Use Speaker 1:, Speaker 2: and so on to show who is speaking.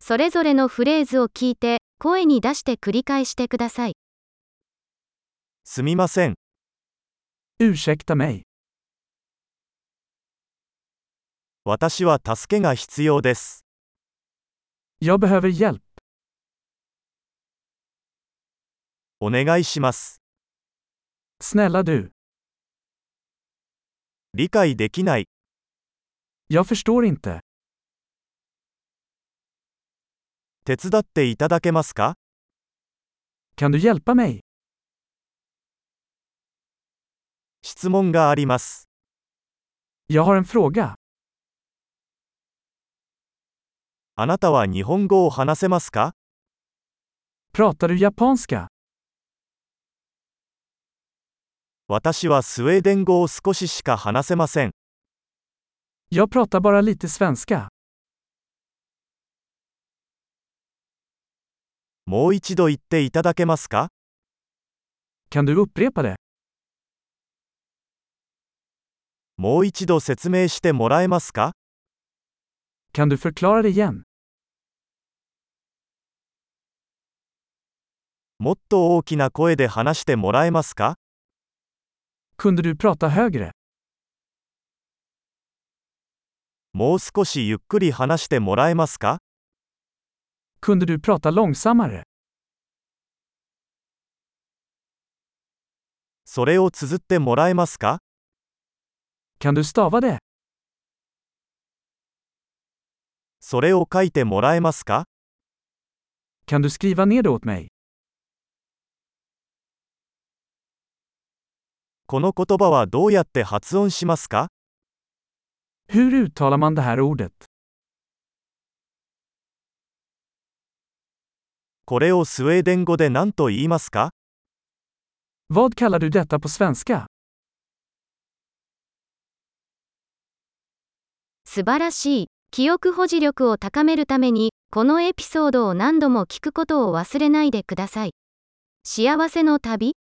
Speaker 1: それぞれのフレーズを聞いて、声に出して繰り返してください。
Speaker 2: すみません。
Speaker 3: Ursäkta mig.
Speaker 2: 私は助けが必要です。
Speaker 3: Jag behöver hjälp.
Speaker 2: お願いします。
Speaker 3: Snälla du.
Speaker 2: 理解できない。
Speaker 3: Jag förstår inte.
Speaker 2: 手伝っていただけますか
Speaker 3: Kan du hjälpa mig?
Speaker 2: 質問があります。
Speaker 3: Jag har en fråga.
Speaker 2: あなたは日本語を話せますか
Speaker 3: Pratar du japanska?
Speaker 2: 私はスウェーデン語を少ししか話せません。
Speaker 3: Jag pratar bara lite svenska.
Speaker 2: もう一度言っていただけますか
Speaker 3: Kan du upprepa det?
Speaker 2: もう一度説明してもらえますか
Speaker 3: Kan du förklara det igen?
Speaker 2: もっと大きな声で話してもらえますか
Speaker 3: Kunde du prata högre?
Speaker 2: もう少しゆっくり話してもらえますか
Speaker 3: Kunde du prata långsammare?
Speaker 2: それを綴ってもらえますか
Speaker 3: Kan du stava det?
Speaker 2: それを書いてもらえますか
Speaker 3: Kan du skriva ner det åt mig?
Speaker 2: この言葉はどうやって発音しますか
Speaker 3: Hur uttalar man det här ordet?
Speaker 2: これをスウェーデン語で何と言いますか
Speaker 3: Vad kallar du detta på svenska?
Speaker 1: 素晴らしい。記憶保持力を高めるために、このエピソードを何度も聞くことを忘れないでください。幸せの旅